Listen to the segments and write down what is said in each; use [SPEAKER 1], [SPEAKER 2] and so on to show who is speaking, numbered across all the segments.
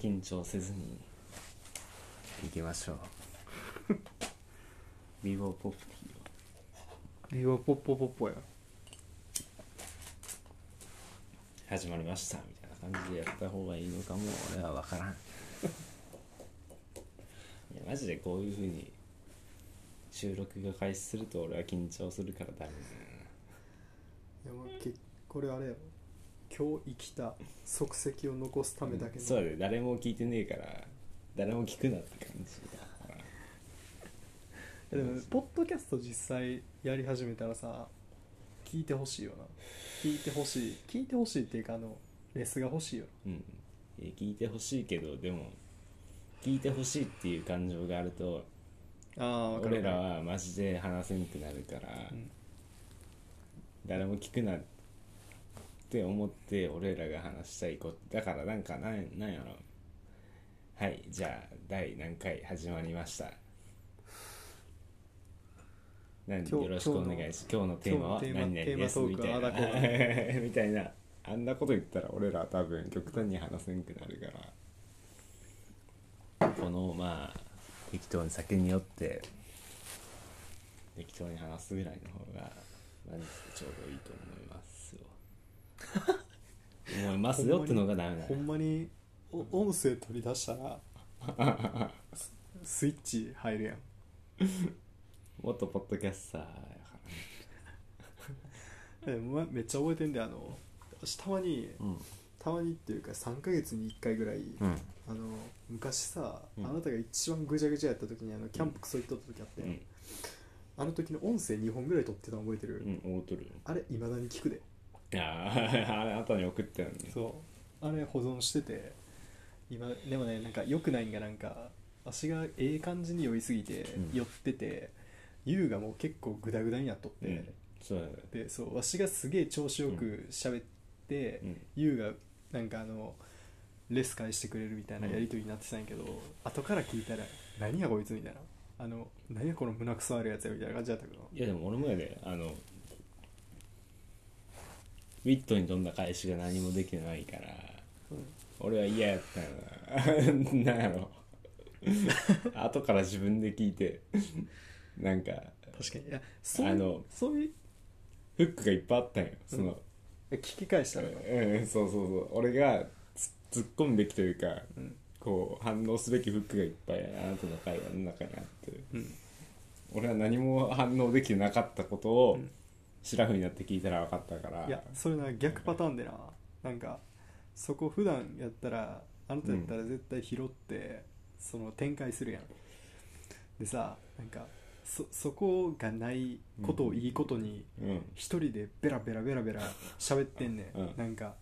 [SPEAKER 1] 緊張せずに
[SPEAKER 2] 行きましょ う
[SPEAKER 1] ビボーポップティーを
[SPEAKER 3] ビボポッポポッポや
[SPEAKER 1] 始まりましたみたいな感じでやった方がいいのかも俺
[SPEAKER 2] 俺
[SPEAKER 1] は
[SPEAKER 2] は分 からん
[SPEAKER 1] いやマジでこういうふうに収録が開始すると俺は緊張するからダメ
[SPEAKER 3] いやもうけこれあれやろ今日生きた足跡を残すためだけ
[SPEAKER 1] そう
[SPEAKER 3] の
[SPEAKER 1] だね誰も聞いてねえから誰も聞くなって感じだから
[SPEAKER 3] でもポッドキャスト実際やり始めたらさ聞いてほしいよな聞いてほしい聞いてほしいっていうかあのレスが欲しいよ
[SPEAKER 1] うんいや聞いてほしいけどでも聞いてほしいっていう感情があると
[SPEAKER 3] ああ分かる
[SPEAKER 1] 俺らはマジで話せんくなるから、
[SPEAKER 3] うん
[SPEAKER 1] 誰も聞くなって思って俺らが話したいことだからなんかなんなんやろはいじゃあ第何回始まりましたなん
[SPEAKER 3] 今日
[SPEAKER 1] よろしくお願いし今日のテーマは
[SPEAKER 3] 今日の
[SPEAKER 1] 何
[SPEAKER 3] テーマ
[SPEAKER 1] 々です
[SPEAKER 3] テーマトーク
[SPEAKER 1] みたいな みた
[SPEAKER 3] あだこう
[SPEAKER 1] いなあんなこと言ったら俺ら多分極端に話せんくなる からこのまあ適当に酒に酔って適当に話すぐらいの方がマジでちょうどいいと思います よ思いますよってのがダメだ
[SPEAKER 3] ほんまにお音声取り出したらススイッチ入るやん
[SPEAKER 1] もっとポッドキャスターやからね
[SPEAKER 3] えまめっちゃ覚えてんであの私たまに
[SPEAKER 1] うん
[SPEAKER 3] たまにっていうか3ヶ月に1回ぐらい、
[SPEAKER 1] うん
[SPEAKER 3] あの昔さ、
[SPEAKER 1] うん
[SPEAKER 3] あなたが一番ぐちゃぐちゃやった時にあのキャンプクソ行っとった時あって、
[SPEAKER 1] うん
[SPEAKER 3] あの時の音声2本ぐらい撮ってたの覚えてる、
[SPEAKER 1] うん大トル
[SPEAKER 3] あれいまだに聞くで
[SPEAKER 1] いやー あれあなたに送ったよね
[SPEAKER 3] そうあれ保存してて今でもねなんか良くないんがなんか足がええ感じに酔いすぎて、
[SPEAKER 1] うん
[SPEAKER 3] 酔ってて優がもう結構グダグダになっとって、
[SPEAKER 1] うんそうだね
[SPEAKER 3] でそうわしがすげえ調子よく喋って、
[SPEAKER 1] うん
[SPEAKER 3] 優がなんかあのレス返してくれるみたいなやり取りになってたんやけど、後から聞いたら「何やこいつ」みたいな「あの何やこの胸くそあるやつや」みたいな感じだったけど
[SPEAKER 1] いやでも俺もやであのウィットに飛んだ返しが何もできてないから俺は嫌やったよな なんやろ後から自分で聞いてなんか
[SPEAKER 3] 確かにいやそうい
[SPEAKER 1] あ
[SPEAKER 3] う
[SPEAKER 1] の
[SPEAKER 3] そういう
[SPEAKER 1] フックがいっぱいあったんよその、
[SPEAKER 3] 聞き返したのよ
[SPEAKER 1] うん、そうそうそう俺がつ突っ込むべきというか、
[SPEAKER 3] うん
[SPEAKER 1] こう反応すべきフックがいっぱいあなたの会話の中にあって
[SPEAKER 3] うん
[SPEAKER 1] 俺は何も反応できてなかったことを、
[SPEAKER 3] うん
[SPEAKER 1] シラフになって聞いたら分かったから
[SPEAKER 3] いやそれな逆パターンでななんかそこ普段やったらあなたやったら絶対拾って、その展開するやんでさなんかそそこがないことをいいことに、
[SPEAKER 1] うん
[SPEAKER 3] 一人でベラベラベラベラ喋ってんねん、
[SPEAKER 1] うん
[SPEAKER 3] なんか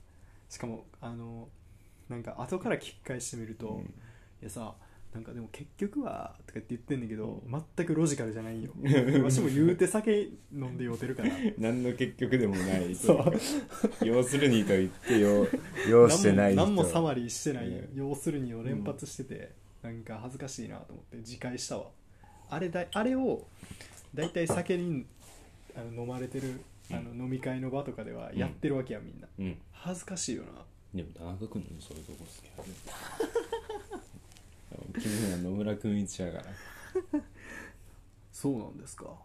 [SPEAKER 3] しかもあのなんか後から聞き返してみると、いやさなんかでも結局はとかって言ってんねんけど、全くロジカルじ ゃないよわしも言うて酒飲んで酔うてるから
[SPEAKER 1] 何の結局でもない
[SPEAKER 3] そ
[SPEAKER 1] そう
[SPEAKER 3] う
[SPEAKER 1] 要するにと言ってよ
[SPEAKER 2] 用してない人
[SPEAKER 3] 何も何もサマリーしてない、
[SPEAKER 1] うん
[SPEAKER 3] 要するにを連発してて、なんか恥ずかしいなと思って自戒したわあれだいあれを大体酒にあの飲まれてるあの飲み会の場とかではやってるわけやみんな、
[SPEAKER 1] うん
[SPEAKER 3] 恥ずかしいよな
[SPEAKER 1] でも田中君のそういうとこ 好きやね君は野村君一やから
[SPEAKER 3] そうなんですか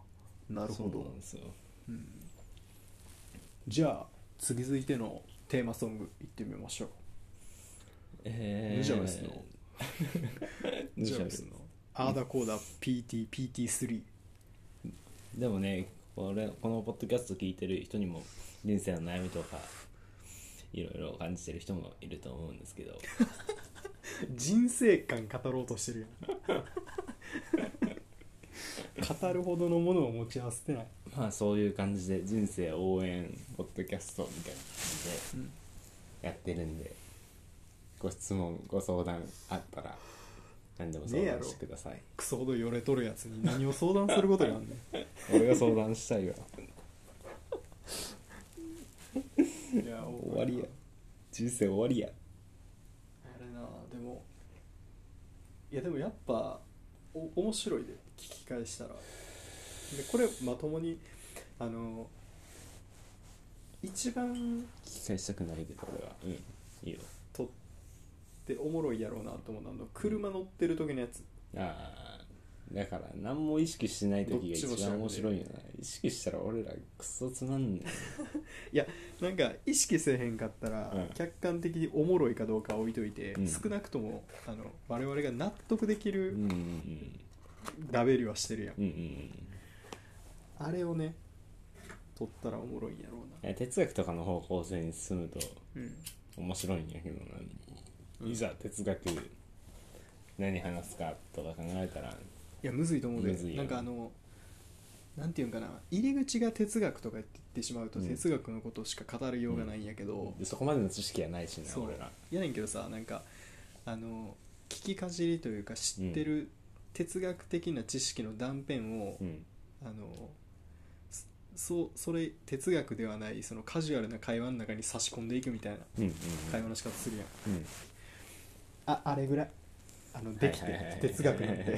[SPEAKER 3] な
[SPEAKER 1] そうなんですよ
[SPEAKER 3] じゃあ次続いてのテーマソングいってみましょう
[SPEAKER 1] え
[SPEAKER 3] ヌジャベスの
[SPEAKER 1] ヌジャベ
[SPEAKER 3] ベ
[SPEAKER 1] ス
[SPEAKER 3] ス
[SPEAKER 1] の
[SPEAKER 3] のアーダコーダ PTPT3
[SPEAKER 1] でもねこれこのポッドキャスト聞いてる人にも人生の悩みとかいろいろ感じてる人もいると思うんですけ ど
[SPEAKER 3] 人生観語ろうとしてるやん語るほどのものを持ち合わせてない
[SPEAKER 1] まあそういう感じで人生応援ポッドキャストみたいな感じでやってるんで、ご質問ご相談あったら何でも相談してください
[SPEAKER 3] クソほどよれとるやつに何を相談することになんね
[SPEAKER 1] 俺が相談したいわ
[SPEAKER 3] んいや
[SPEAKER 1] 終わりや人生終わりや
[SPEAKER 3] あれなでもいやでもやっぱお面白いで聞き返したらでこれまともにあの一番
[SPEAKER 1] 聞き返したくないけど俺はうんいいよ
[SPEAKER 3] 撮っっておもろいやろうなと思うのあの車乗ってる時のやつ
[SPEAKER 1] あーだから何も意識しない時が
[SPEAKER 3] どっちも
[SPEAKER 1] 一
[SPEAKER 3] 知らん
[SPEAKER 1] 番
[SPEAKER 3] で
[SPEAKER 1] 面白いよな意識したら俺らクソつまんね
[SPEAKER 3] いやなんか意識せえへんかったら、
[SPEAKER 1] うん
[SPEAKER 3] 客観的におもろいかどうかは置いといて、
[SPEAKER 1] うん
[SPEAKER 3] 少なくともあの我々が納得でき
[SPEAKER 1] え う
[SPEAKER 3] る
[SPEAKER 1] んうん
[SPEAKER 3] ラベルはしてるやん、
[SPEAKER 1] うんうんうん
[SPEAKER 3] あれをね取ったらおもろいんやろ
[SPEAKER 1] いや哲学とかの方向性に進むと
[SPEAKER 3] うなうん
[SPEAKER 1] 面白いんやけどないざ哲学何話すかとか考えたら
[SPEAKER 3] いやむずいと思うで
[SPEAKER 1] むずいよ
[SPEAKER 3] なんかあのなんていうんかな入り口が哲学とか言ってしまうと
[SPEAKER 1] うん
[SPEAKER 3] 哲学のことしか語るようがないんやけど、
[SPEAKER 1] そこまでの知識はないしな
[SPEAKER 3] そう
[SPEAKER 1] 俺ら
[SPEAKER 3] やねんけどさなんかあの聞きかじりというか知ってる哲学的な知識の断片を、
[SPEAKER 1] うん
[SPEAKER 3] あのそそうそれ哲学ではないそのカジュアルな会話の中に差し込んでいくみたいな
[SPEAKER 1] うんうん
[SPEAKER 3] 会話の仕方するやん、
[SPEAKER 1] うん
[SPEAKER 3] ああれぐらいあのでき
[SPEAKER 1] はいはいは
[SPEAKER 3] て
[SPEAKER 1] い
[SPEAKER 3] 哲学なんて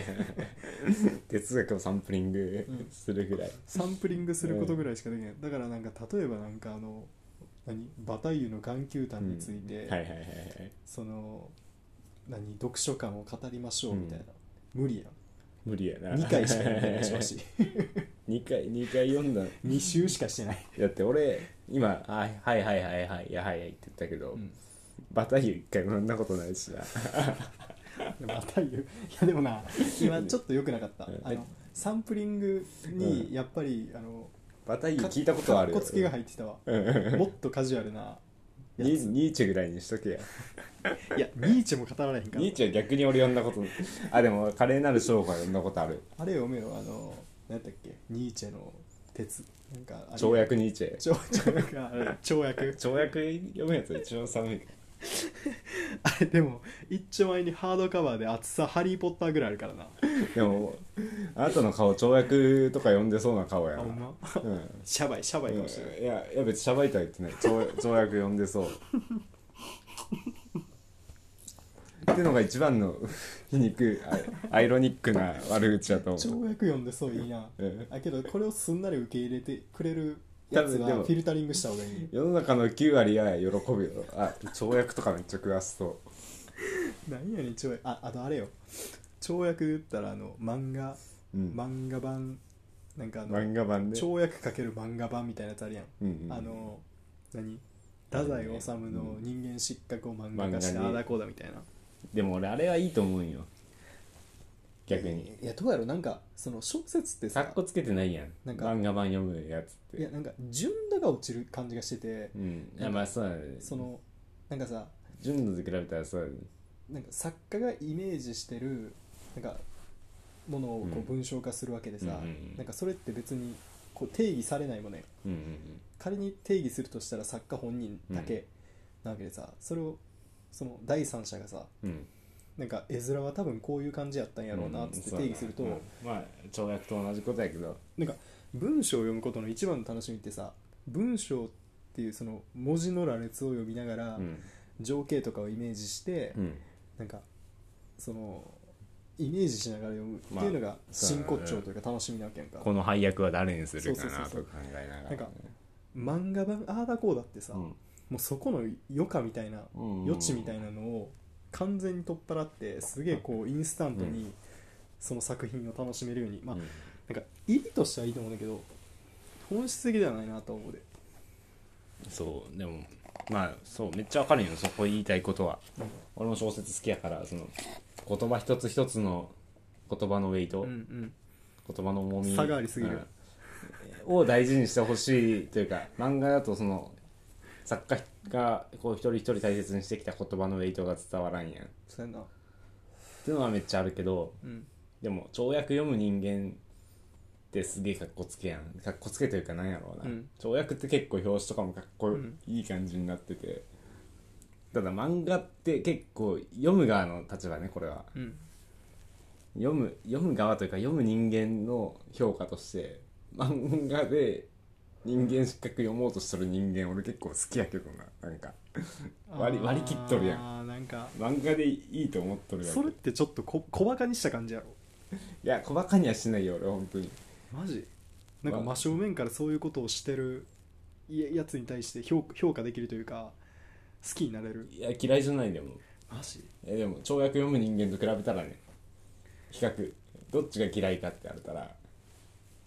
[SPEAKER 1] 哲学をサンプリング
[SPEAKER 3] うん
[SPEAKER 1] するぐらい、
[SPEAKER 3] サンプリングすることぐらいしかできないだからなんか例えばなんかあの何バタイユの眼球
[SPEAKER 1] う
[SPEAKER 3] 譚について、
[SPEAKER 1] はいはいはいはい
[SPEAKER 3] その何読書感を語りましょうみたいな、無理やん
[SPEAKER 1] 無理やな
[SPEAKER 3] 2回しか読んでないしわし
[SPEAKER 1] 2回 二回読んだ
[SPEAKER 3] 2週しかしてない、
[SPEAKER 1] だって俺今「はいはいはいはいはいいやはいはい」って言ったけど、バタイユ一回も飲んだことないし な
[SPEAKER 3] また言ういやでもな今ちょっと良くなかった
[SPEAKER 1] うん
[SPEAKER 3] あのサンプリングにやっぱり、あの
[SPEAKER 1] バタイユ聞いたことはある
[SPEAKER 3] かっこつけが入ってたわ、もっとカジュアルな
[SPEAKER 1] ニ
[SPEAKER 3] やつ
[SPEAKER 1] ーニーチェぐらいにしとけや
[SPEAKER 3] いやニーチェも語られへんから
[SPEAKER 1] ニーチェは逆に俺読んだことあでも華麗なる商法は読んだことある
[SPEAKER 3] あれ読めよあの何やったっけニーチェの鉄なんかあれ
[SPEAKER 1] 跳躍ニーチェ
[SPEAKER 3] 跳躍あれ跳躍
[SPEAKER 1] 跳躍読むやつ一番寒い
[SPEAKER 3] あれでも一丁前にハードカバーで厚さハリー・ポッターぐらいあるからな
[SPEAKER 1] でもあなたの顔跳躍とか読んでそうな顔や
[SPEAKER 3] あ
[SPEAKER 1] な
[SPEAKER 3] ほんま
[SPEAKER 1] うん
[SPEAKER 3] シャバいシャバいかもしれない、
[SPEAKER 1] いやいや別にしゃばいとは言ってない跳躍跳躍読んでそうってのが一番の皮肉アアイロニックな悪口だと思う
[SPEAKER 3] 跳躍読んでそういいな
[SPEAKER 1] うん
[SPEAKER 3] あけどこれをすんなり受け入れてくれるやつ
[SPEAKER 1] 多分
[SPEAKER 3] は
[SPEAKER 1] で
[SPEAKER 3] フ
[SPEAKER 1] も
[SPEAKER 3] ィルタリングした方がいい
[SPEAKER 1] 世の中の9割は喜ぶよあ跳躍とかめっちゃ食わすと
[SPEAKER 3] 何やねん跳躍ああとあれよ跳躍言ったらあの漫画、
[SPEAKER 1] うん
[SPEAKER 3] 漫画版なんかあの
[SPEAKER 1] 漫画版で
[SPEAKER 3] 跳躍かける漫画版みたいなやつあるやん、
[SPEAKER 1] うんうん
[SPEAKER 3] あの何太宰治の人間失格を漫画化
[SPEAKER 1] 漫
[SPEAKER 3] して
[SPEAKER 1] 画
[SPEAKER 3] あ
[SPEAKER 1] に
[SPEAKER 3] あだこうだみたいな
[SPEAKER 1] でも俺あれはいいと思うんよ逆に
[SPEAKER 3] いやどうやろなんかその小説って
[SPEAKER 1] か
[SPEAKER 3] さ
[SPEAKER 1] っこつけてないやん
[SPEAKER 3] なんか
[SPEAKER 1] 漫画版読むやつって
[SPEAKER 3] いやなんか順度が落ちる感じがしてて
[SPEAKER 1] うんあ
[SPEAKER 3] なんか
[SPEAKER 1] まあそうだね
[SPEAKER 3] そのなんかさ
[SPEAKER 1] 純度で比べたらそうだね
[SPEAKER 3] なんか作家がイメージしてるなんかものをこ
[SPEAKER 1] う
[SPEAKER 3] うん文章化するわけでさ、
[SPEAKER 1] うんうんうん
[SPEAKER 3] なんかそれって別にこう定義されないもんね
[SPEAKER 1] うんうん
[SPEAKER 3] 仮に定義するとしたら作家本人だけなわけでさ、それをその第三者がさ
[SPEAKER 1] うんうん
[SPEAKER 3] なんか絵面は多分こういう感じやったんやろうなっつって定義すると、
[SPEAKER 1] うんそうだなうんまあ跳躍と同じことやけど
[SPEAKER 3] なんか文章を読むことの一番の楽しみってさ文章っていうその文字の羅列を読みながら
[SPEAKER 1] うん
[SPEAKER 3] 情景とかをイメージして、
[SPEAKER 1] うん
[SPEAKER 3] なんかそのイメージしながら読むって
[SPEAKER 1] まあ
[SPEAKER 3] いうのが
[SPEAKER 1] そうだ
[SPEAKER 3] 真
[SPEAKER 1] ね
[SPEAKER 3] 骨頂というか楽しみなわけやんか、
[SPEAKER 1] この配役は誰にするか
[SPEAKER 3] そうそう
[SPEAKER 1] な
[SPEAKER 3] そうそう
[SPEAKER 1] とか考えながら
[SPEAKER 3] なんか漫画版ああだこうだってさ、
[SPEAKER 1] うん
[SPEAKER 3] もうそこの余暇みたいな、
[SPEAKER 1] うんうん
[SPEAKER 3] 余地みたいなのを完全に取っ払ってすげえこうインスタント
[SPEAKER 1] う
[SPEAKER 3] にその作品を楽しめるように、まあ
[SPEAKER 1] うん
[SPEAKER 3] なんか意義としてはいいと思うんだけど本質的ではないなと思うで
[SPEAKER 1] そうでもまあそうめっちゃわかるよそこ言いたいことは俺も小説好きやからその言葉一つ一つの言葉のウェイト、
[SPEAKER 3] うんうん
[SPEAKER 1] 言葉の重み
[SPEAKER 3] 差がありすぎる
[SPEAKER 1] うんを大事にしてほしいというか漫画だとその作家がこう一人一人大切にしてきた言葉のウェイトが伝わらんやんっ
[SPEAKER 3] そうやな
[SPEAKER 1] ていうのはめっちゃあるけど
[SPEAKER 3] うん
[SPEAKER 1] でも跳躍読む人間ってすげえかっこつけやんかっこつけというかなんやろうな、
[SPEAKER 3] うん
[SPEAKER 1] 跳躍って結構表紙とかもかっこいい感じになってて、ただ漫画って結構読む側の立場ねこれは
[SPEAKER 3] うん
[SPEAKER 1] 読む読む側というか読む人間の評価として漫画で人間失格読もうとしてる人間俺結構好きやけどななんか割り割り切っとるやん
[SPEAKER 3] あーなんか
[SPEAKER 1] 漫画でいいと思っとるや
[SPEAKER 3] それってちょっとこ小バカにした感じやろ
[SPEAKER 1] いや小バカにはしないよ俺本当に
[SPEAKER 3] マジなんか
[SPEAKER 1] ま
[SPEAKER 3] 真
[SPEAKER 1] あ
[SPEAKER 3] 正面からそういうことをしてるややつに対して評評価できるというか好きになれる
[SPEAKER 1] いや嫌いじゃないでも
[SPEAKER 3] マジ
[SPEAKER 1] えでも跳躍読む人間と比べたらね比較どっちが嫌いかって言われたら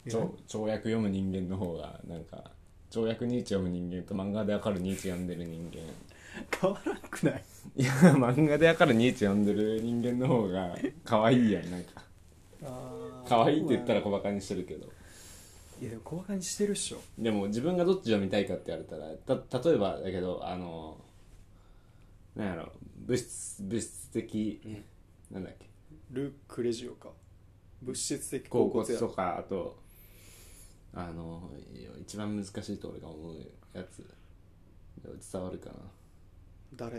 [SPEAKER 1] 跳跳躍読む人間の方がなんか跳躍ニーチ読む人間と漫画でわかるニーチ読んでる人間
[SPEAKER 3] 変わらんくない
[SPEAKER 1] いや漫画でわかるニーチ読んでる人間の方が可愛いやんなん か可愛いって言ったら小バカにしてるけど
[SPEAKER 3] いやでも小バカにしてるっしょ
[SPEAKER 1] でも自分がどっち読みたいかって言われたらた例えばだけどあのなんやろ物質物質的、なんだっけ
[SPEAKER 3] ルーク・レジオか物質的
[SPEAKER 1] 甲
[SPEAKER 3] 高
[SPEAKER 1] 骨
[SPEAKER 3] 骨
[SPEAKER 1] と
[SPEAKER 3] や
[SPEAKER 1] かあとあの一番難しいと俺が思うやつ伝わるかなう
[SPEAKER 3] 誰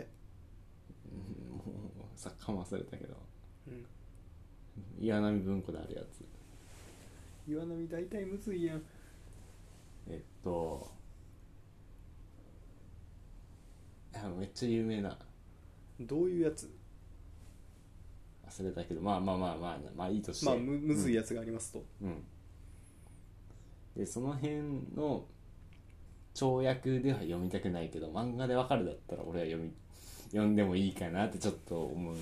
[SPEAKER 1] んもう作家も忘れたけど
[SPEAKER 3] うん
[SPEAKER 1] 岩波文庫であるやつ
[SPEAKER 3] 岩波大体むずいやん
[SPEAKER 1] えっとあめっちゃ有名な
[SPEAKER 3] どういうやつ
[SPEAKER 1] 忘れたけどまあまあまあまあまあいいとして
[SPEAKER 3] まあむむずいやつがありますと、
[SPEAKER 1] うん、でその辺の跳躍では読みたくないけど漫画でわかるだったら俺は読み読んでもいいかなってちょっと思う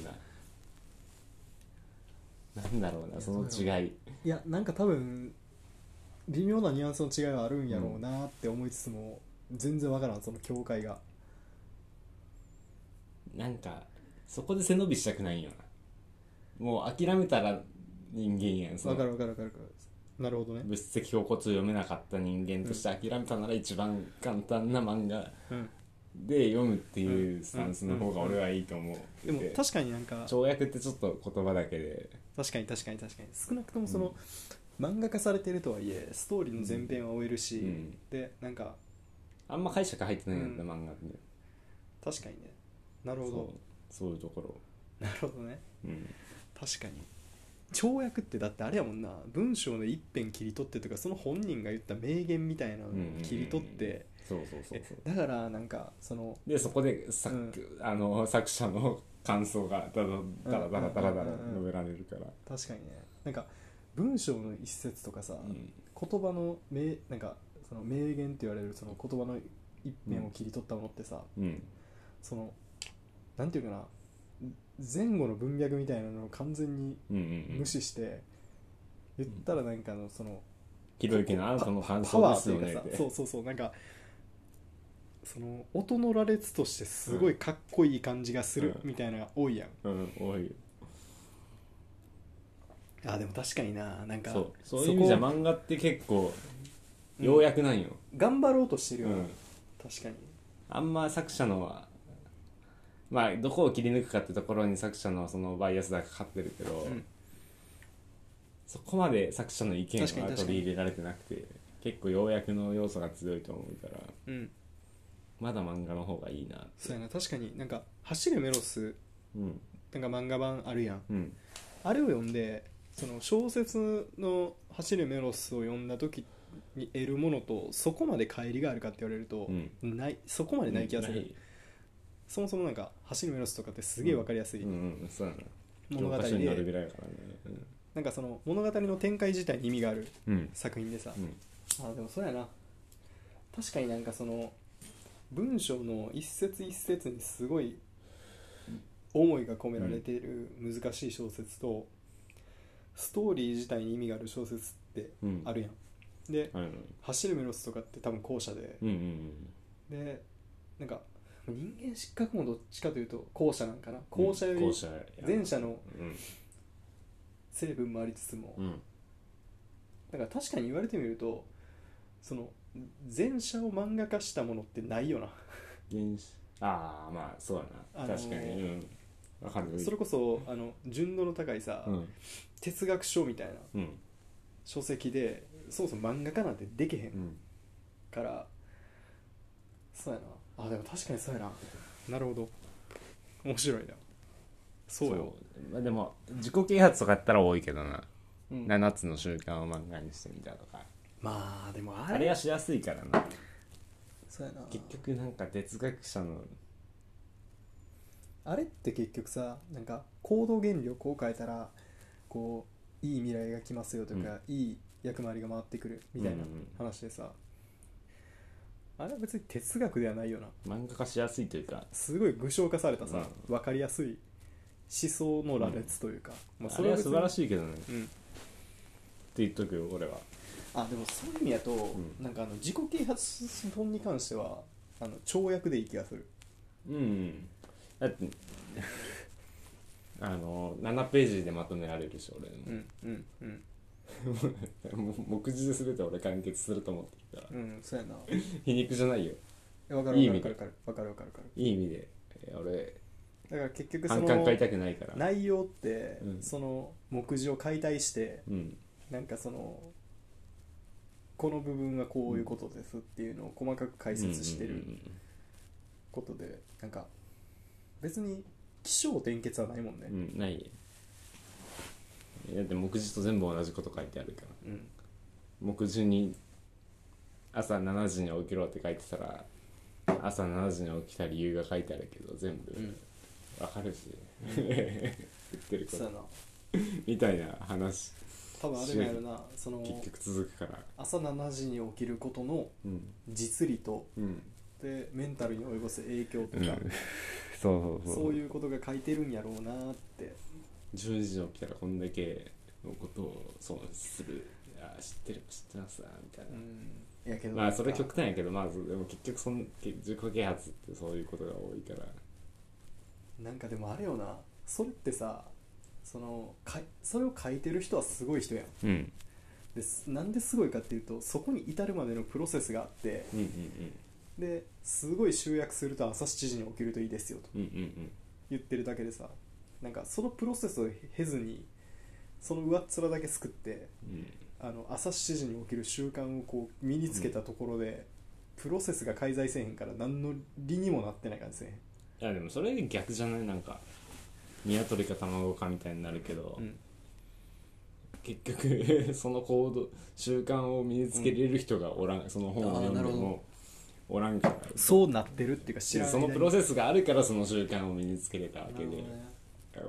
[SPEAKER 1] ななんだろうなその違い
[SPEAKER 3] いやなんか多分微妙なニュアンスの違いはあるんやろうなって思いつつも、全然わからんその境界が
[SPEAKER 1] なんかそこで背伸びしたくないよなもう諦めたら人間やんそ
[SPEAKER 3] わか
[SPEAKER 1] の
[SPEAKER 3] るわかるわかるわかるなるほどね、
[SPEAKER 1] 物質的標骨を読めなかった人間として諦めたなら一番簡単な漫画
[SPEAKER 3] うん、
[SPEAKER 1] で読むっていうスタンスの方が俺はいいと思う、
[SPEAKER 3] でも確かになんか
[SPEAKER 1] 跳躍ってちょっと言葉だけで
[SPEAKER 3] 確かに確かに確かに少なくともその、漫画化されてるとはいえストーリーの前編は終えるし、
[SPEAKER 1] うん
[SPEAKER 3] でなんか
[SPEAKER 1] あんま解釈入ってないんだ、
[SPEAKER 3] うん
[SPEAKER 1] 漫画って
[SPEAKER 3] 確かにねなるほ
[SPEAKER 1] そ
[SPEAKER 3] ど
[SPEAKER 1] うそういうところ
[SPEAKER 3] なるほどね
[SPEAKER 1] うん
[SPEAKER 3] 確かに跳躍ってだってあれやもんな文章の一辺切り取ってとかその本人が言った名言みたいなのを切り取って、
[SPEAKER 1] そうそうそう
[SPEAKER 3] え
[SPEAKER 1] そう
[SPEAKER 3] だからなんかその
[SPEAKER 1] でそこで作,、あの作者の感想がダラダラダラダラダラ述べられるから、
[SPEAKER 3] 確かにねなんか文章の一節とかさ、
[SPEAKER 1] うん
[SPEAKER 3] 言葉の名なんかその名言って言われるその言葉の一辺を切り取ったものってさ、
[SPEAKER 1] うん、
[SPEAKER 3] そのなんていうかな前後の文脈みたいなのを完全に
[SPEAKER 1] うんうんうん
[SPEAKER 3] 無視して、言ったらなんかあのその
[SPEAKER 1] ひろゆきのあなたの感
[SPEAKER 3] パ
[SPEAKER 1] 想
[SPEAKER 3] ワ
[SPEAKER 1] で
[SPEAKER 3] ー
[SPEAKER 1] す
[SPEAKER 3] と
[SPEAKER 1] よ
[SPEAKER 3] い
[SPEAKER 1] ね
[SPEAKER 3] うか
[SPEAKER 1] っ
[SPEAKER 3] さ
[SPEAKER 1] て
[SPEAKER 3] そうそうそうなんかその音の羅列としてすごいかっこいい感じがする
[SPEAKER 1] うん
[SPEAKER 3] みたいなのが多いやん、
[SPEAKER 1] うん多い
[SPEAKER 3] あでも確かにななんか
[SPEAKER 1] そうそういう意味じゃ
[SPEAKER 3] そこ
[SPEAKER 1] 漫画って結構
[SPEAKER 3] うん
[SPEAKER 1] ようやくなんよ、
[SPEAKER 3] 頑張ろうとしてる
[SPEAKER 1] う
[SPEAKER 3] よ
[SPEAKER 1] ん
[SPEAKER 3] な、確かに
[SPEAKER 1] あんま作者のまあどこを切り抜くかってところに作者のそのバイアスがかかってるけど、
[SPEAKER 3] ん
[SPEAKER 1] そこまで作者の意見は
[SPEAKER 3] 確かに
[SPEAKER 1] 取り入れられてなくて結構要約の要素が強いと思うから
[SPEAKER 3] うん
[SPEAKER 1] まだ漫画の方がいいなって
[SPEAKER 3] そうやな確かになんか「走れメロス
[SPEAKER 1] うん」
[SPEAKER 3] なんか漫画版あるやん
[SPEAKER 1] うん
[SPEAKER 3] あれを読んでその小説の「走るメロス」を読んだ時に得るものとそこまで乖離があるかって言われると、
[SPEAKER 1] うん
[SPEAKER 3] ないそこまでない気がする、
[SPEAKER 1] ない
[SPEAKER 3] そもそもなんか「走るメロス」とかってすげえ分かりやすい
[SPEAKER 1] うんうんそうだな
[SPEAKER 3] 物語
[SPEAKER 1] 教科
[SPEAKER 3] で、
[SPEAKER 1] 書に載るぐらいだからね
[SPEAKER 3] なんかその物語の展開自体に意味がある
[SPEAKER 1] うんうん
[SPEAKER 3] 作品でさ
[SPEAKER 1] う、ん
[SPEAKER 3] あでもそうやな確かになんかその文章の一節一節にすごい思いが込められている難しい小説と、ストーリー自体に意味がある小説って
[SPEAKER 1] うん
[SPEAKER 3] あるやん、で
[SPEAKER 1] あるの
[SPEAKER 3] 「走るメロス」とかって多分後者で
[SPEAKER 1] うんうん
[SPEAKER 3] でなんか人間失格もどっちかというと後者なんかな
[SPEAKER 1] うん
[SPEAKER 3] 後者より
[SPEAKER 1] 後者や
[SPEAKER 3] 前者の
[SPEAKER 1] うん
[SPEAKER 3] 成分もありつつも、
[SPEAKER 1] うん
[SPEAKER 3] だから確かに言われてみるとその前者を漫画化したものってないよな
[SPEAKER 1] 原始ああまあそうだな、
[SPEAKER 3] あのー
[SPEAKER 1] 確かにうんわかる
[SPEAKER 3] それこそあの純度の高いさ、
[SPEAKER 1] うん
[SPEAKER 3] 哲学書みたいな
[SPEAKER 1] うん
[SPEAKER 3] 書籍でそもそも漫画家なんてできへ
[SPEAKER 1] うんん
[SPEAKER 3] から、そうやなあでも確かにそうやななるほど面白いなそうよ
[SPEAKER 1] そうまあ、でも自己啓発とかやったら多いけどな、
[SPEAKER 3] うん
[SPEAKER 1] 7つの習慣を漫画にしてみたとか
[SPEAKER 3] まあでもあれ
[SPEAKER 1] あれはしやすいからな
[SPEAKER 3] そうやな
[SPEAKER 1] 結局なんか哲学者の
[SPEAKER 3] あれって結局さなんか行動原理をこう変えたらこういい未来が来ますよとか、いい役回りが回ってくるみたいな
[SPEAKER 1] うんうんうん
[SPEAKER 3] 話でさ、あれは別に哲学ではないよな
[SPEAKER 1] 漫画化しやすいというか
[SPEAKER 3] すごい具象化されたさ、わ
[SPEAKER 1] う
[SPEAKER 3] 分かりやすい思想の羅列というか、ま
[SPEAKER 1] あれは素晴ら
[SPEAKER 3] い、
[SPEAKER 1] しいけどねって
[SPEAKER 3] うん、
[SPEAKER 1] 言っとくよ俺は
[SPEAKER 3] あでもそういう意味だと、
[SPEAKER 1] ん
[SPEAKER 3] なんかあの自己啓発本に関してはあの跳躍でいい気がする
[SPEAKER 1] うんだって あの7ページでまとめられるし俺も、
[SPEAKER 3] うんうんうん
[SPEAKER 1] もう目次で全て俺完結すると思ってるから、
[SPEAKER 3] うんそうやな
[SPEAKER 1] 皮肉じゃないよ
[SPEAKER 3] えわかる
[SPEAKER 1] いい意
[SPEAKER 3] わ
[SPEAKER 1] 味
[SPEAKER 3] か
[SPEAKER 1] で
[SPEAKER 3] るわかるわかるわかるわかる
[SPEAKER 1] いい意味で、えー俺
[SPEAKER 3] だから結局そ
[SPEAKER 1] 反感買い
[SPEAKER 3] の
[SPEAKER 1] たくないから
[SPEAKER 3] 内容って、
[SPEAKER 1] うん
[SPEAKER 3] その目次を解体して
[SPEAKER 1] うん
[SPEAKER 3] なんかそのこの部分がこういうことですっていうのを細かく解説して
[SPEAKER 1] うん
[SPEAKER 3] ることでなんか別に起承転結はないもんね
[SPEAKER 1] うんうんうん、うんないよだって目次と全部同じこと書いてあるから
[SPEAKER 3] うん
[SPEAKER 1] 目次に朝7時に起きろって書いてたら朝7時に起きた理由が書いてあるけど全部
[SPEAKER 3] うん
[SPEAKER 1] わかるし、言ってるこ
[SPEAKER 3] そうや
[SPEAKER 1] と
[SPEAKER 3] な
[SPEAKER 1] みたいな話
[SPEAKER 3] 多分あれなんやろなその
[SPEAKER 1] 結局続くから
[SPEAKER 3] 朝7時に起きることの
[SPEAKER 1] うん
[SPEAKER 3] 実利と
[SPEAKER 1] うん
[SPEAKER 3] でメンタルに及ぼす影響と
[SPEAKER 1] うん、
[SPEAKER 3] か、
[SPEAKER 1] そうそうそう
[SPEAKER 3] そういうことが書いてるんやろうなーって
[SPEAKER 1] 10時に起きたらこんだけのことを損するいや知ってる知ってますわみたいな、
[SPEAKER 3] うんやけど
[SPEAKER 1] まあ
[SPEAKER 3] なんか
[SPEAKER 1] それ極端やけどまあでも結局そん自己啓発ってそういうことが多いから
[SPEAKER 3] なんかでもあれよなそれってさそのかいそれを書いてる人はすごい人やん
[SPEAKER 1] うん
[SPEAKER 3] ですなんですごいかっていうとそこに至るまでのプロセスがあって
[SPEAKER 1] うんうん
[SPEAKER 3] ですごい集約すると朝7時に起きるといいですよと
[SPEAKER 1] うんうんうん
[SPEAKER 3] 言ってるだけでさなんかそのプロセスを経ずにその上っ面だけすくって
[SPEAKER 1] うん
[SPEAKER 3] あの朝7時に起きる習慣をこう身につけたところで、プロセスが介在せえへんから何の理にもなってない感じせえ
[SPEAKER 1] いやでもそれ逆じゃないなんか鶏か卵かみたいになるけど、
[SPEAKER 3] へん、
[SPEAKER 1] 結局 その行動習慣を身につけれる人がおらん、その本を読んで
[SPEAKER 3] あーなるほ
[SPEAKER 1] もおらんから
[SPEAKER 3] そうなってるっていうか知らない
[SPEAKER 1] そのプロ
[SPEAKER 3] ス
[SPEAKER 1] セスがあるからその習慣を身につけれたわけで、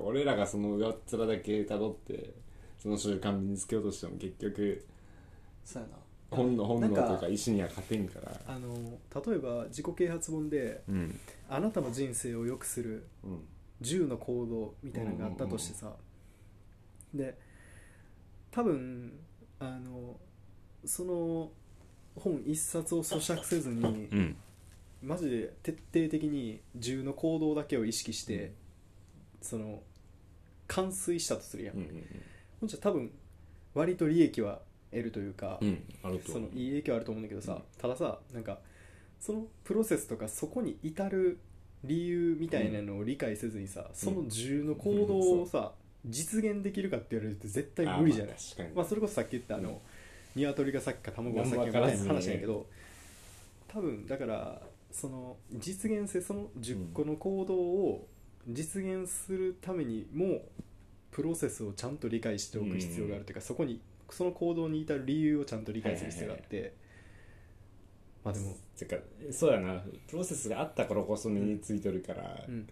[SPEAKER 1] 俺らがその上っ面だけ辿ってその習慣身につけようとしても結局
[SPEAKER 3] そうやな
[SPEAKER 1] 本能本能と
[SPEAKER 3] なん
[SPEAKER 1] いう
[SPEAKER 3] か
[SPEAKER 1] か意志には勝てんから
[SPEAKER 3] あの例えば自己啓発本で
[SPEAKER 1] うん
[SPEAKER 3] 「あなたの人生を良くする
[SPEAKER 1] うん
[SPEAKER 3] 10の行動」みたいなのがあったとしてさ、で多分あのその本一冊を咀嚼せずに、
[SPEAKER 1] うん
[SPEAKER 3] マジで徹底的に銃の行動だけを意識して、
[SPEAKER 1] うん
[SPEAKER 3] その完遂したとするやん、
[SPEAKER 1] うん
[SPEAKER 3] ほんじゃ多分割と利益は得るというか、
[SPEAKER 1] うんうんあると
[SPEAKER 3] そ
[SPEAKER 1] 思
[SPEAKER 3] の
[SPEAKER 1] う
[SPEAKER 3] いい影響あると思うんだけどさ、
[SPEAKER 1] うん
[SPEAKER 3] たださなんかそのプロセスとかそこに至る理由みたいなのを理解せずにさ、その銃の行動をさ、実現できるかって言われると絶対無理じゃない
[SPEAKER 1] あーまあ確かに
[SPEAKER 3] まあ、それこそさっき言ったあの、
[SPEAKER 1] うん
[SPEAKER 3] 鶏が先か卵が先かみたいな話なんやけど多分だからその実現性その10個の行動を実現するためにもプロセスをちゃんと理解しておく必要があるというか、そこにその行動に至る理由をちゃんと理解する必要があって、まあでも、
[SPEAKER 1] てかそうやなプロセスがあったからこそ身についとるから、
[SPEAKER 3] うん、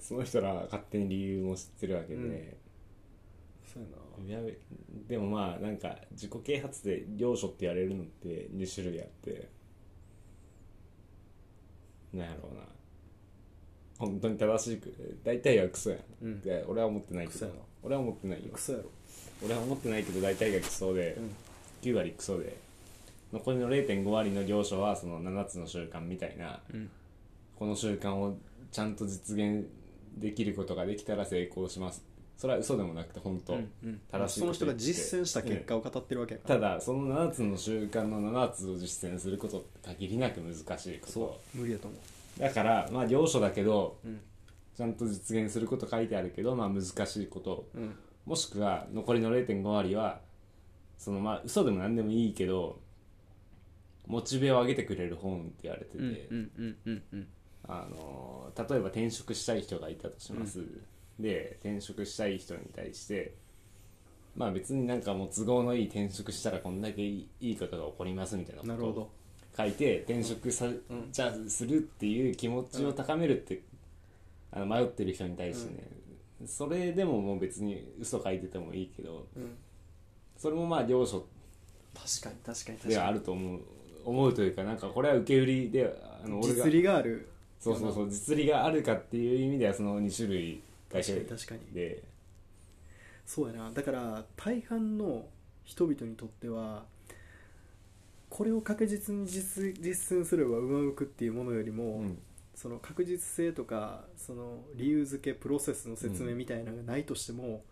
[SPEAKER 1] その人らは勝手に理由も知ってるわけで、
[SPEAKER 3] そうやな
[SPEAKER 1] やべでもまあなんか自己啓発で領書ってやれるのって2種類あってなんやろうな本当に正しく大体はクソやん、
[SPEAKER 3] うん
[SPEAKER 1] で俺は思ってないけ
[SPEAKER 3] ク
[SPEAKER 1] ど
[SPEAKER 3] ソやな
[SPEAKER 1] 俺は思ってないよ
[SPEAKER 3] クソやろ、
[SPEAKER 1] 俺は思ってないけど大体がクソで、
[SPEAKER 3] うん
[SPEAKER 1] 9割クソで残りの0.5割の領書はその7つの習慣みたいな、
[SPEAKER 3] うん
[SPEAKER 1] この習慣をちゃんと実現できることができたら成功しますそれは嘘でもなくて本当、正しい
[SPEAKER 3] その
[SPEAKER 1] こと言
[SPEAKER 3] 人が
[SPEAKER 1] って
[SPEAKER 3] 実践した結果を語ってるわけやから、
[SPEAKER 1] ただその7つの習慣の7つを実践することって限りなく難しいこと
[SPEAKER 3] そう無理やと思
[SPEAKER 1] だからまあ領書だけど
[SPEAKER 3] ううん
[SPEAKER 1] ちゃんと実現すること書いてあるけどまあ難しいこと
[SPEAKER 3] うん
[SPEAKER 1] もしくは残りの0.5割はそのまあ嘘でも何でもいいけどモチベを上げてくれる本って言われてて、
[SPEAKER 3] うんうんうんうん
[SPEAKER 1] あの例えば転職したい人がいたとします、で転職したい人に対してまあ別になんかもう都合のいい転職したらこんだけいいいいことが起こりますみたいな
[SPEAKER 3] なる
[SPEAKER 1] こと
[SPEAKER 3] ほ
[SPEAKER 1] を
[SPEAKER 3] ど
[SPEAKER 1] 書いて転職さ、じゃあするっていう気持ちを高めるって、あの迷ってる人に対してね、それでももう別に嘘書いててもいいけど
[SPEAKER 3] うん
[SPEAKER 1] それもまあ領書
[SPEAKER 3] 確かに確かに確かに
[SPEAKER 1] ではあると思う思うというかなんかこれは受け売りであの俺が
[SPEAKER 3] 実利がある
[SPEAKER 1] そうそうそう実利があるかっていう意味ではその2種類会社
[SPEAKER 3] 確かに確かに
[SPEAKER 1] で
[SPEAKER 3] そうやなだから大半の人々にとってはこれを確実に実実践すればうまくっていうものよりも、
[SPEAKER 1] うん
[SPEAKER 3] その確実性とかその理由付けプロセスの説明みたいなのがないとしても、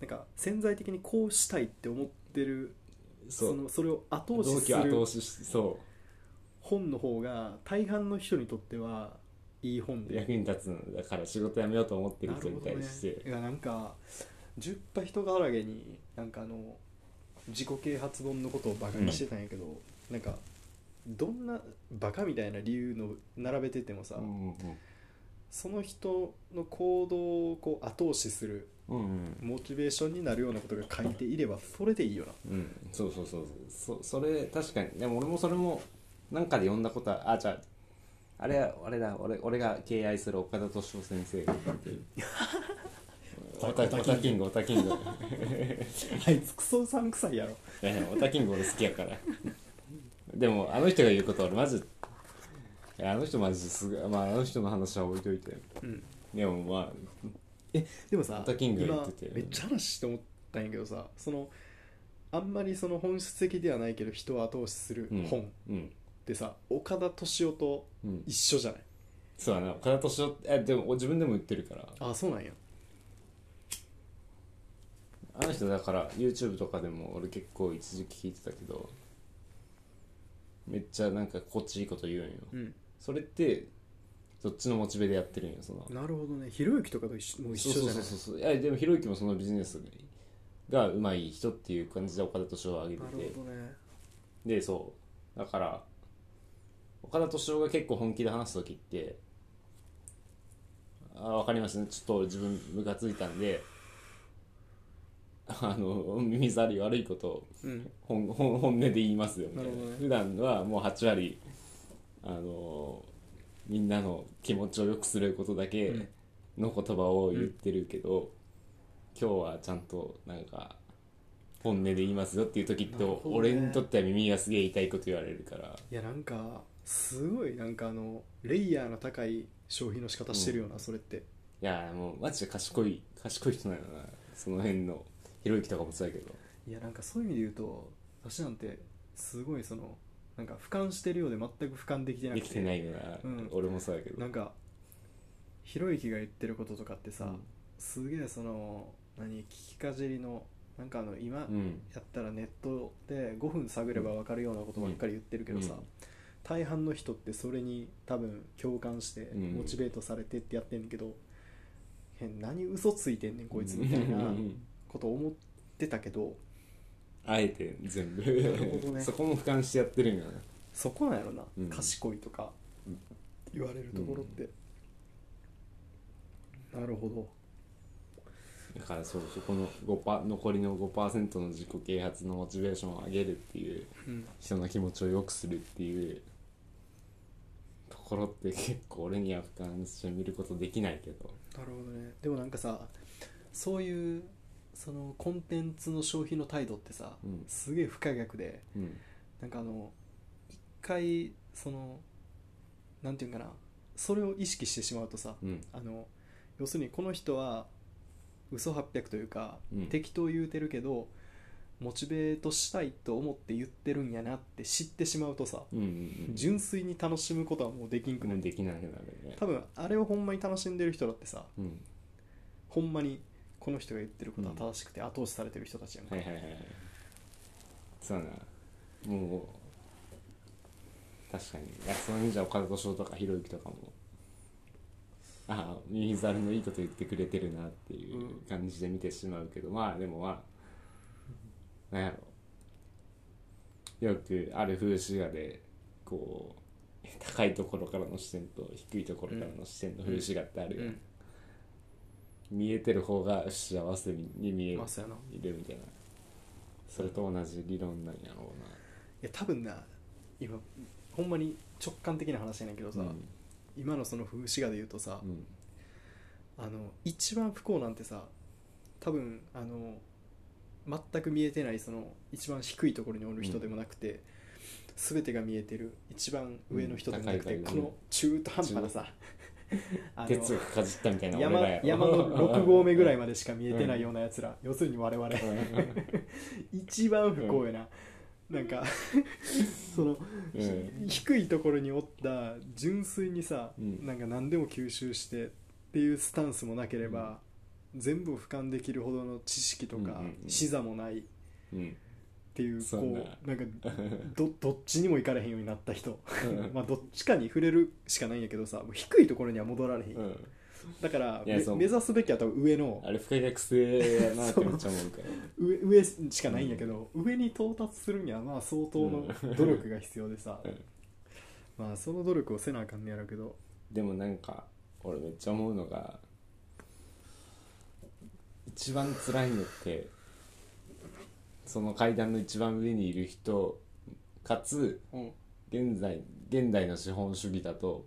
[SPEAKER 3] なんか潜在的にこうしたいって思ってるそ
[SPEAKER 1] そう
[SPEAKER 3] のそれを
[SPEAKER 1] 同
[SPEAKER 3] 後押しす
[SPEAKER 1] 期は後
[SPEAKER 3] る
[SPEAKER 1] 押ししそ
[SPEAKER 3] 本の方が大半の人にとってはいい本
[SPEAKER 1] う
[SPEAKER 3] で
[SPEAKER 1] 役に立つんだから仕事辞めようと思ってる人に対して、
[SPEAKER 3] なるほどね、いやなんか10羽人からげになんかあの自己啓発本のことをバカにしてたんやけど、なんかどんなバカみたいな理由の並べててもさ、
[SPEAKER 1] うん
[SPEAKER 3] その人の行動をこう後押しする
[SPEAKER 1] うんうん
[SPEAKER 3] モチベーションになるようなことが書いていればそれでいいよな
[SPEAKER 1] うん、そうそうそうそうそそれ確かにでも俺もそれもなんかで読んだことはあじゃああれはあれだ俺俺が敬愛する岡田敏夫先生が言 ってるオタオタキングオタキング
[SPEAKER 3] あいつクソうさんくさいやろ
[SPEAKER 1] いやで もオタキング俺好きやからでもあの人が言うこと俺マジいやあの人マジすごいまああの人の話は置いといて
[SPEAKER 3] うん
[SPEAKER 1] でもまあ
[SPEAKER 3] でもさ
[SPEAKER 1] オタキングが言っ
[SPEAKER 3] 今
[SPEAKER 1] てて
[SPEAKER 3] めっちゃ話して思ったんやけどさそのあんまりその本質的ではないけど人を後押しする
[SPEAKER 1] うん
[SPEAKER 3] 本っ
[SPEAKER 1] うん
[SPEAKER 3] てさ、岡田敏夫と
[SPEAKER 1] うん
[SPEAKER 3] 一緒じゃない
[SPEAKER 1] そうだな岡田敏夫ってえでも自分でも言ってるから
[SPEAKER 3] あそうなんや
[SPEAKER 1] あの人だから YouTube とかでも俺結構一時期聞いてたけどめっちゃなんかこっちいいこと言うんよ
[SPEAKER 3] うん
[SPEAKER 1] それってどっちのモチベでやってるんよその
[SPEAKER 3] なるほどねひろゆきとかと一緒もう一緒じゃない
[SPEAKER 1] そうそうそうそういやでもひろゆきもそのビジネスがうまい人っていう感じで岡田敏夫を挙げ
[SPEAKER 3] な
[SPEAKER 1] て
[SPEAKER 3] る
[SPEAKER 1] て
[SPEAKER 3] ほどね
[SPEAKER 1] でそうだから岡田敏夫が結構本気で話す時って「あ分かりますねちょっと自分ムカついたんであの耳障り悪いことを
[SPEAKER 3] うん
[SPEAKER 1] 本本本音で言いますよ」みたいな
[SPEAKER 3] なるほどね
[SPEAKER 1] 普段はもう8割あのみんなの気持ちを良くすることだけ
[SPEAKER 3] うん
[SPEAKER 1] の言葉を言ってるけど、今日はちゃんとなんか本音で言いますよっていう時って、
[SPEAKER 3] なるほどね
[SPEAKER 1] 俺にとっては耳がすげえ痛いこと言われるから
[SPEAKER 3] いやなんかすごいなんかあのレイヤーの高い消費の仕方してるよな、それって
[SPEAKER 1] いやもうマジで賢い賢い人なんやなその辺のひろゆきとかもそうやけど
[SPEAKER 3] いやなんかそういう意味で言うと私なんてすごいそのなんか俯瞰してるようで全く俯瞰できてなく
[SPEAKER 1] で
[SPEAKER 3] て
[SPEAKER 1] きてないよな、
[SPEAKER 3] うん
[SPEAKER 1] 俺もそうやけど
[SPEAKER 3] なんかひろゆきが言ってることとかってさ、
[SPEAKER 1] うん
[SPEAKER 3] すげえその何聞きかじりのなんかあの今
[SPEAKER 1] うん
[SPEAKER 3] やったらネットで5分探れば分かるようなことばっかり言ってるけどさ、
[SPEAKER 1] うん
[SPEAKER 3] 大半の人ってそれに多分共感して
[SPEAKER 1] うん
[SPEAKER 3] モチベートされてってやってんけど、変何嘘ついてんねんこいつみたいな
[SPEAKER 1] うん
[SPEAKER 3] こと思ってたけど
[SPEAKER 1] あえて全部
[SPEAKER 3] るほどね
[SPEAKER 1] そこも俯瞰してやってるんやな
[SPEAKER 3] そこなんやろな、
[SPEAKER 1] うん
[SPEAKER 3] 賢いとか言われるところって、なるほど
[SPEAKER 1] だからそうそこの5パ残りの5%の自己啓発のモチベーションを上げるっていう
[SPEAKER 3] うん
[SPEAKER 1] 人の気持ちを良くするっていうところって結構俺には俯瞰して見ることできないけど
[SPEAKER 3] なるほどねでもなんかさそういうそのコンテンツの消費の態度ってさ、
[SPEAKER 1] うん
[SPEAKER 3] すげえ不可逆で
[SPEAKER 1] うん
[SPEAKER 3] なんかあの一回そのなんていうんかなそれを意識してしまうとさ、
[SPEAKER 1] うん
[SPEAKER 3] あの要するにこの人は嘘800というか、
[SPEAKER 1] うん
[SPEAKER 3] 適当言うてるけどモチベートしたいと思って言ってるんやなって知ってしまうとさ、
[SPEAKER 1] うんうん
[SPEAKER 3] 純粋に楽しむことはもうできん
[SPEAKER 1] う
[SPEAKER 3] く
[SPEAKER 1] ん
[SPEAKER 3] な
[SPEAKER 1] も
[SPEAKER 3] い、
[SPEAKER 1] うできなくなるね
[SPEAKER 3] 多分あれをほんまに楽しんでる人だってさ
[SPEAKER 1] うん
[SPEAKER 3] ほんまにこの人が言ってることは正しくて後押しされてる人たちやんか、
[SPEAKER 1] はいはいはいはいそうやなもう確かにいやそのじゃ岡田斗司夫とかひろゆきとかもああ耳障りのいいこと言ってくれてるなっていう感じで見てしまうけど、まあでもまあなんやろよくある風刺画でこう高いところからの視点と低いところからの視点の風刺画ってあるよ、
[SPEAKER 3] うん
[SPEAKER 1] 見えてる方が幸せに見える
[SPEAKER 3] まあそうやない
[SPEAKER 1] るみたいなそれと同じ理論なんやろ
[SPEAKER 3] や多分な今ほんまに直感的な話やねんけど
[SPEAKER 1] う
[SPEAKER 3] さ、
[SPEAKER 1] な
[SPEAKER 3] 今のその風刺画で言うとさ、
[SPEAKER 1] うん
[SPEAKER 3] あの一番不幸なんてさ多分あの全く見えてないその一番低いところにおる人でもなくて、全てが見えてる一番上の人じゃなくて、
[SPEAKER 1] うん高いから
[SPEAKER 3] こ
[SPEAKER 1] ね
[SPEAKER 3] の中途半端なさあの
[SPEAKER 1] 鉄をかじったみたいな俺
[SPEAKER 3] 山
[SPEAKER 1] らや
[SPEAKER 3] 山の6合目ぐらい
[SPEAKER 1] ま
[SPEAKER 3] までしか見えてないようなやつら、要するに我々
[SPEAKER 1] で
[SPEAKER 3] 一番不幸やな、なんか その、
[SPEAKER 1] うん
[SPEAKER 3] ひ低いところにおった純粋にさ、
[SPEAKER 1] うん
[SPEAKER 3] なんか何でも吸収してっていうスタンスもなければ、全部を俯瞰できるほどの知識と
[SPEAKER 1] うん
[SPEAKER 3] か、
[SPEAKER 1] うんうん
[SPEAKER 3] 視座もないっ
[SPEAKER 1] うん
[SPEAKER 3] ていう
[SPEAKER 1] そうやな
[SPEAKER 3] こ うなんかどどっちにも行かれへんようになった人まあどっちかに触れるしかないんやけどさもう低いところには戻られへん、
[SPEAKER 1] うん
[SPEAKER 3] だから
[SPEAKER 1] いや
[SPEAKER 3] め
[SPEAKER 1] そう
[SPEAKER 3] 目指すべきは多分上の
[SPEAKER 1] あれ不可逆性やなってめっちゃ思うから
[SPEAKER 3] 上上しかないんやけど、上に到達するにはまあ相当の努力が必要でさ、
[SPEAKER 1] うん
[SPEAKER 3] まあその努力をせなあかんねやろうけど
[SPEAKER 1] でもなんか俺めっちゃ思うのが一番辛いのってその階段の一番上にいる人かつ
[SPEAKER 3] うん
[SPEAKER 1] 現在現代の資本主義だと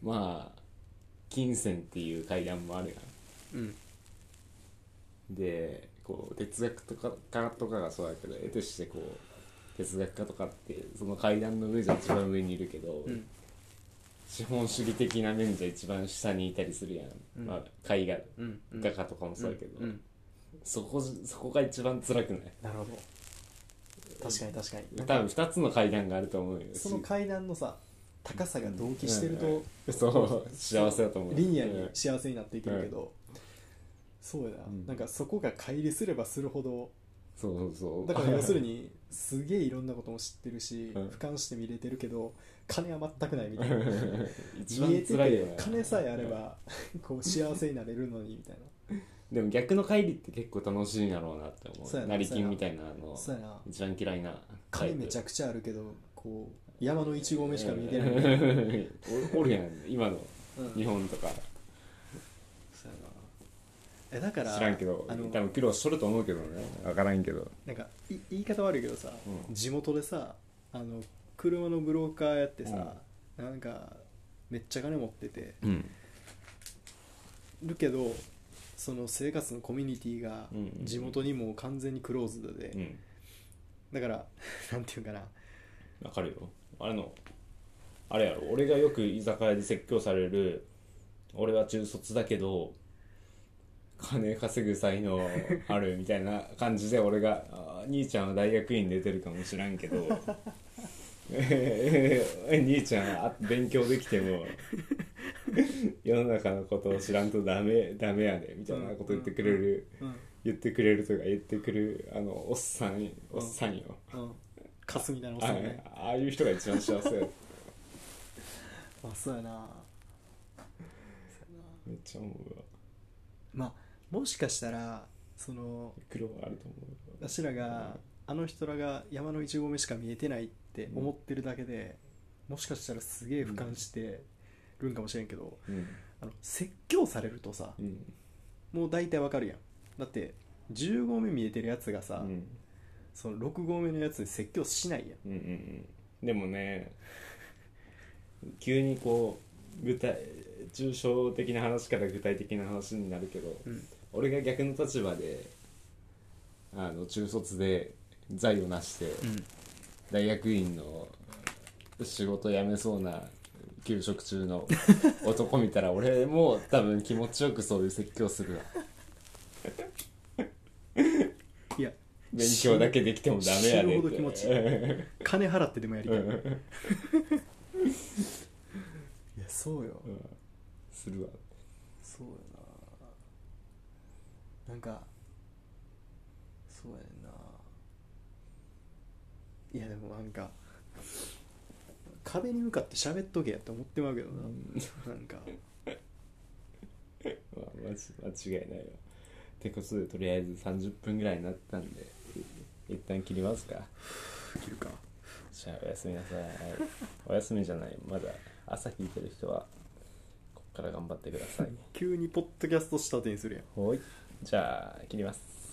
[SPEAKER 1] まあ金銭っていう階段もあるやん
[SPEAKER 3] うん
[SPEAKER 1] でこう哲学とか家とかがそうだけど得としてこう哲学家とかってその階段の上じゃ一番上にいるけど、
[SPEAKER 3] うん
[SPEAKER 1] 資本主義的な面じゃ一番下にいたりするやん、
[SPEAKER 3] うん
[SPEAKER 1] まあ、絵画
[SPEAKER 3] うん
[SPEAKER 1] 画家とかもそうだけど、
[SPEAKER 3] うんうん
[SPEAKER 1] そこそこが一番辛くない
[SPEAKER 3] なるほど確かに確かに
[SPEAKER 1] 多分2つの階段があると思うよ
[SPEAKER 3] その階段のさ高さが同期してる
[SPEAKER 1] うん
[SPEAKER 3] と
[SPEAKER 1] うん そう幸せだと思う
[SPEAKER 3] リニア
[SPEAKER 1] う
[SPEAKER 3] に
[SPEAKER 1] ん
[SPEAKER 3] 幸せになっていけるけど、そうやな,、
[SPEAKER 1] うん
[SPEAKER 3] なんかそこが乖離すればするほど
[SPEAKER 1] そうそうそう
[SPEAKER 3] だから要する
[SPEAKER 1] に
[SPEAKER 3] にすげえいろんなことも知ってるし、
[SPEAKER 1] うん
[SPEAKER 3] 俯瞰して見れてるけど金は全くないみたいな
[SPEAKER 1] 一番辛いよ
[SPEAKER 3] 見え
[SPEAKER 1] ね
[SPEAKER 3] てて金さえあればこう幸せになれるのにみたい
[SPEAKER 1] でも逆の帰りって結構楽しいんだろうなって
[SPEAKER 3] そう
[SPEAKER 1] 思う
[SPEAKER 3] やな
[SPEAKER 1] 成金みたいなの
[SPEAKER 3] なそうやな
[SPEAKER 1] 一番嫌いなタイ
[SPEAKER 3] 金
[SPEAKER 1] プ
[SPEAKER 3] めちゃくちゃあるけどこう山の1合目しか見えてない、
[SPEAKER 1] うん おおるやん今の
[SPEAKER 3] うん
[SPEAKER 1] 日本とか
[SPEAKER 3] そうやなえだから
[SPEAKER 1] 知らんけど
[SPEAKER 3] あ
[SPEAKER 1] 多
[SPEAKER 3] の
[SPEAKER 1] 分苦労しとると思うけどね分からんけど
[SPEAKER 3] なんかい言い方悪いけどさ、
[SPEAKER 1] うん
[SPEAKER 3] 地元でさあの車のブローカーやってさ、なんかめっちゃ金持ってて
[SPEAKER 1] うん
[SPEAKER 3] るけどその生活のコミュニティが
[SPEAKER 1] うんうんうん
[SPEAKER 3] 地元にもう完全にクローズドで、
[SPEAKER 1] うん
[SPEAKER 3] だから なんていうんかな
[SPEAKER 1] 分かるよあれのあれやろ俺がよく居酒屋で説教される俺は中卒だけど金稼ぐ才能あるみたいな感じで俺があ「兄ちゃんは大学院出てるかもしらんけど兄ちゃんは勉強できても世の中のことを知らんとダメダメやで」みたいなこと言ってくれる
[SPEAKER 3] うん
[SPEAKER 1] 言ってくれるとか言ってくるあのおっさんおっさんよ。
[SPEAKER 3] うんカスみたいなおっ
[SPEAKER 1] あ
[SPEAKER 3] さんね
[SPEAKER 1] ああいう人が一番幸せ や
[SPEAKER 3] あそうやな
[SPEAKER 1] めっちゃ思うわ
[SPEAKER 3] まあもしかしたらその
[SPEAKER 1] 苦労はあると思うわ
[SPEAKER 3] 私らがあの人らが山の1合目しか見えてないって思ってるだけで、もしかしたらすげえ俯瞰してるんかもしれんけど、
[SPEAKER 1] うん
[SPEAKER 3] あの説教されるとさ
[SPEAKER 1] うん
[SPEAKER 3] もう大体わかるやんだって10合目見えてるやつが
[SPEAKER 1] う
[SPEAKER 3] さ、
[SPEAKER 1] ん
[SPEAKER 3] その6合目のやつに説教しないやん
[SPEAKER 1] うんうんでもね急にこう具体抽象的な話から具体的な話になるけど、
[SPEAKER 3] うん
[SPEAKER 1] 俺が逆の立場であの中卒で財を成して、大学院の仕事辞めそうな休職中の男見たら俺も多分気持ちよくそういう説教するわ
[SPEAKER 3] いや
[SPEAKER 1] 勉強だけできてもダメやで
[SPEAKER 3] 死ぬ
[SPEAKER 1] って
[SPEAKER 3] ほど気持ちいい金払ってでもやりたい、
[SPEAKER 1] うん
[SPEAKER 3] いやそうよ、
[SPEAKER 1] うんするわ
[SPEAKER 3] そうやななんかそうやねんないやでもなんか壁に向かって喋っとけやって思ってまうけどな、なんか
[SPEAKER 1] まあまじ間違いないわてことでとりあえず30分ぐらいになったんで一旦切りますか
[SPEAKER 3] 切るか
[SPEAKER 1] じゃあおやすみなさいおやすみじゃないまだ朝聞いてる人はこっから頑張ってください
[SPEAKER 3] 急にポッドキャスト仕立てにするやん
[SPEAKER 1] はいじゃあ切ります